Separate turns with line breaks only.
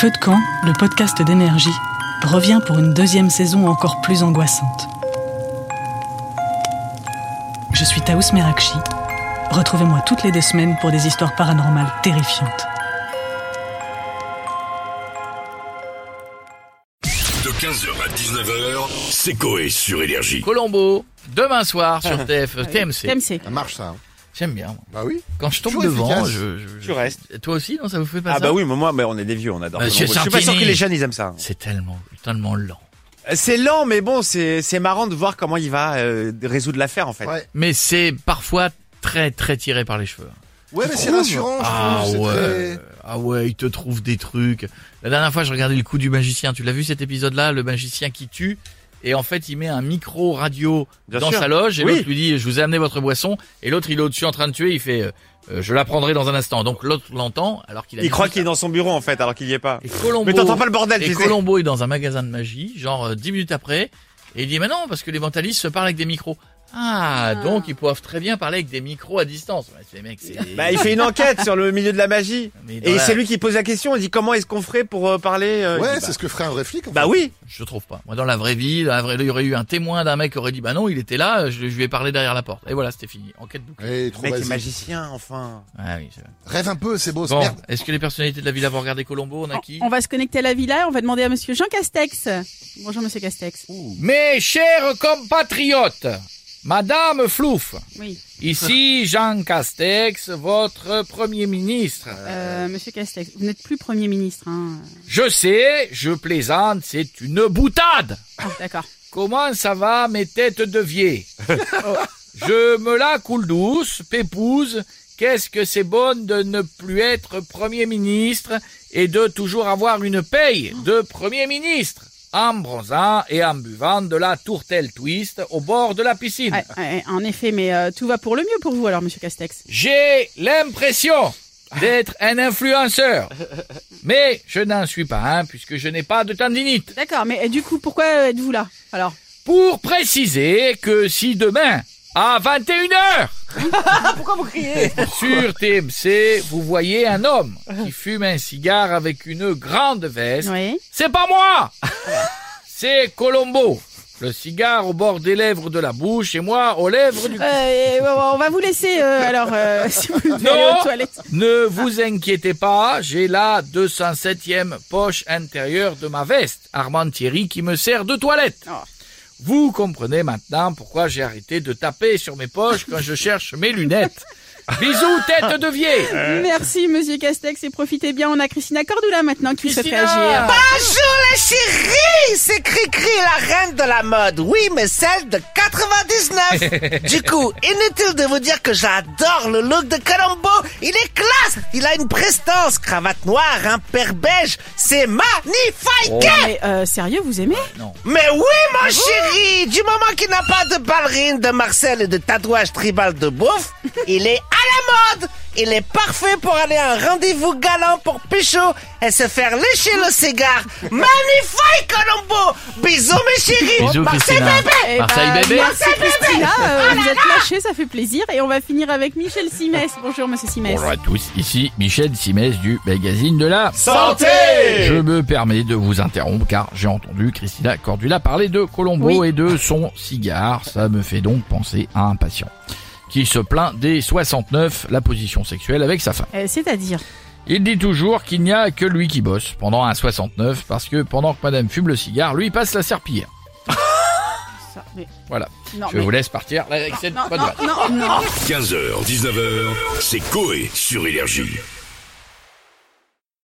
Feu de camp, le podcast d'énergie, revient pour une deuxième saison encore plus angoissante. Je suis Taous Merakchi. Retrouvez-moi toutes les deux semaines pour des histoires paranormales terrifiantes.
De 15h à 19h, c'est Coé sur Énergie.
Colombo, demain soir sur TF, euh, TMC.
TMC.
Ça marche ça. hein.
J'aime bien. moi.
Bah oui.
Quand je tombe
Toujours
devant,
efficace.
je, je-
Tu restes.
je- Toi aussi, non, ça vous fait pas
Ah
ça
bah oui, mais moi, mais on est des vieux, on adore.
Monsieur
Colombo. je suis pas sûr
Santini.
que les jeunes ils aiment ça. hein.
C'est tellement, tellement lent.
Euh, C'est lent, mais bon, c'est c'est marrant de voir comment il va euh, résoudre l'affaire en fait.
Ouais.
Mais c'est parfois très, très tiré par les cheveux.
Ouais, mais c'est rassurant. je
Ah
trouve, c'est
ouais.
très-
Ah ouais, il te trouve des trucs. La dernière fois, je regardais le coup du magicien. Tu l'as vu cet épisode-là, le magicien qui tue. Et en fait, il met un micro radio
Bien
dans
sûr.
sa loge. Et
Oui.
l'autre lui dit, je vous ai amené votre boisson. Et l'autre, il est au-dessus en train de tuer. Il fait, euh, euh, je la prendrai dans un instant. Donc l'autre l'entend, alors qu'il a
Il
dit
croit
juste
qu'il est dans son bureau en fait, alors qu'il y est pas.
Et Colombo,
Mais t'entends pas le bordel,
et
tu sais.
Colombo est dans un magasin de magie, genre euh, 10 minutes après, et il dit, mais non, parce que les mentalistes se parlent avec des micros. Ah, donc ils peuvent très bien parler avec des micros à distance. Ouais, c'est mec, c'est...
Bah, il fait une enquête sur le milieu de la magie.
Mais dans
Et
la-
c'est lui qui pose la question. Il dit comment est-ce qu'on ferait pour euh, parler euh, il
Ouais,
dit,
c'est ce que ferait un vrai flic. en
bah,
fait.
bah oui.
Je trouve pas. Moi, dans la vraie vie, dans la vraie, il y aurait eu un témoin d'un mec qui aurait dit, bah non, il était là, je, je lui ai parlé derrière la porte. Et voilà, c'était fini. Enquête bouclée.
Eh,
Le
trop
mec est
basique.
magicien enfin.
Ah oui, c'est vrai.
Rêve un peu, c'est beau. c'est
Bon,
Merde.
est-ce que les personnalités de la ville vont regarder Colombo? On a qui?
Oh, On va se connecter à la villa, on va demander à monsieur Jean Castex. Bonjour monsieur Castex.
Mes chers compatriotes, Madame Flouf,
Oui,
ici Jean Castex, votre premier ministre.
euh, monsieur Castex, vous n'êtes plus Premier ministre. Hein.
Je sais, je plaisante, c'est une boutade.
Oh, D'accord.
Comment ça va, mes têtes de vieilles Oh, Je me la coule douce, pépouse. Qu'est-ce que c'est bonne de ne plus être Premier ministre et de toujours avoir une paye de Premier ministre en bronzant et en buvant de la tourtelle twist au bord de la piscine.
Ouais, ouais, en effet, mais euh, tout va pour le mieux pour vous alors monsieur Castex.
J'ai l'impression d'être un influenceur. Mais je n'en suis pas un puisque je n'ai pas de tendinite.
D'accord, mais euh, du coup, pourquoi euh, êtes-vous là alors
pour préciser que si demain, à 21h, sur TMC, vous voyez un homme qui fume un cigare avec une grande veste,
Oui.
c'est pas moi C'est Colombo. Le cigare au bord des lèvres de la bouche et moi aux lèvres du...
Euh, et, ouais, ouais, on va vous laisser euh, alors euh, si vous devez
Non.
aller aux toilettes.
Ne vous inquiétez pas, j'ai la 207e poche intérieure de ma veste, Armand Thierry qui me sert de toilette.
Oh.
Vous comprenez maintenant pourquoi j'ai arrêté de taper sur mes poches quand je cherche mes lunettes. Bisous, tête de vieille
Merci monsieur Castex et profitez bien. On a Christina Cordula maintenant qui se fait
Christina.
agir.
Bonjour les chéris, c'est Cricri, la reine de la mode. Oui, mais celle de 99. du coup, inutile de vous dire que j'adore le look de Colombo. Il est classe, il a une prestance, cravate noire, un père beige, c'est magnifique.
Mais euh, sérieux, vous aimez
Mais oui, mon chéri, du moment qu'il n'a pas de ballerine, de Marcel et de tatouage tribal de bouffe, il est à la mode. Il est parfait pour aller à un rendez-vous galant pour pécho et se faire lécher le cigare. Magnifique, Colombo Bisous, mes chéris Marcel bébé
Eh
Marseille
ben,
bébé.
Merci Christina, euh, vous êtes lâchés, ça fait plaisir. Et on va finir avec Michel Simès. Bonjour Monsieur Simès.
Bonjour à tous, ici Michel Simès du magazine de la...
Santé.
Je me permets de vous interrompre car j'ai entendu Christina Cordula parler de Colombo
Oui.
et de son cigare. Ça me fait donc penser à un patient qui se plaint des 69, la position sexuelle avec sa femme.
Euh, C'est-à-dire
Il dit toujours qu'il n'y a que lui qui bosse pendant un 69 parce que pendant que madame fume le cigare, lui il passe la serpillière.
ça, mais-
Voilà.
Non,
Je
mais-
vous laisse partir avec cette
non,
bonne
non,
vanne.
non, non.
15h, 19h, c'est Coé sur Énergie.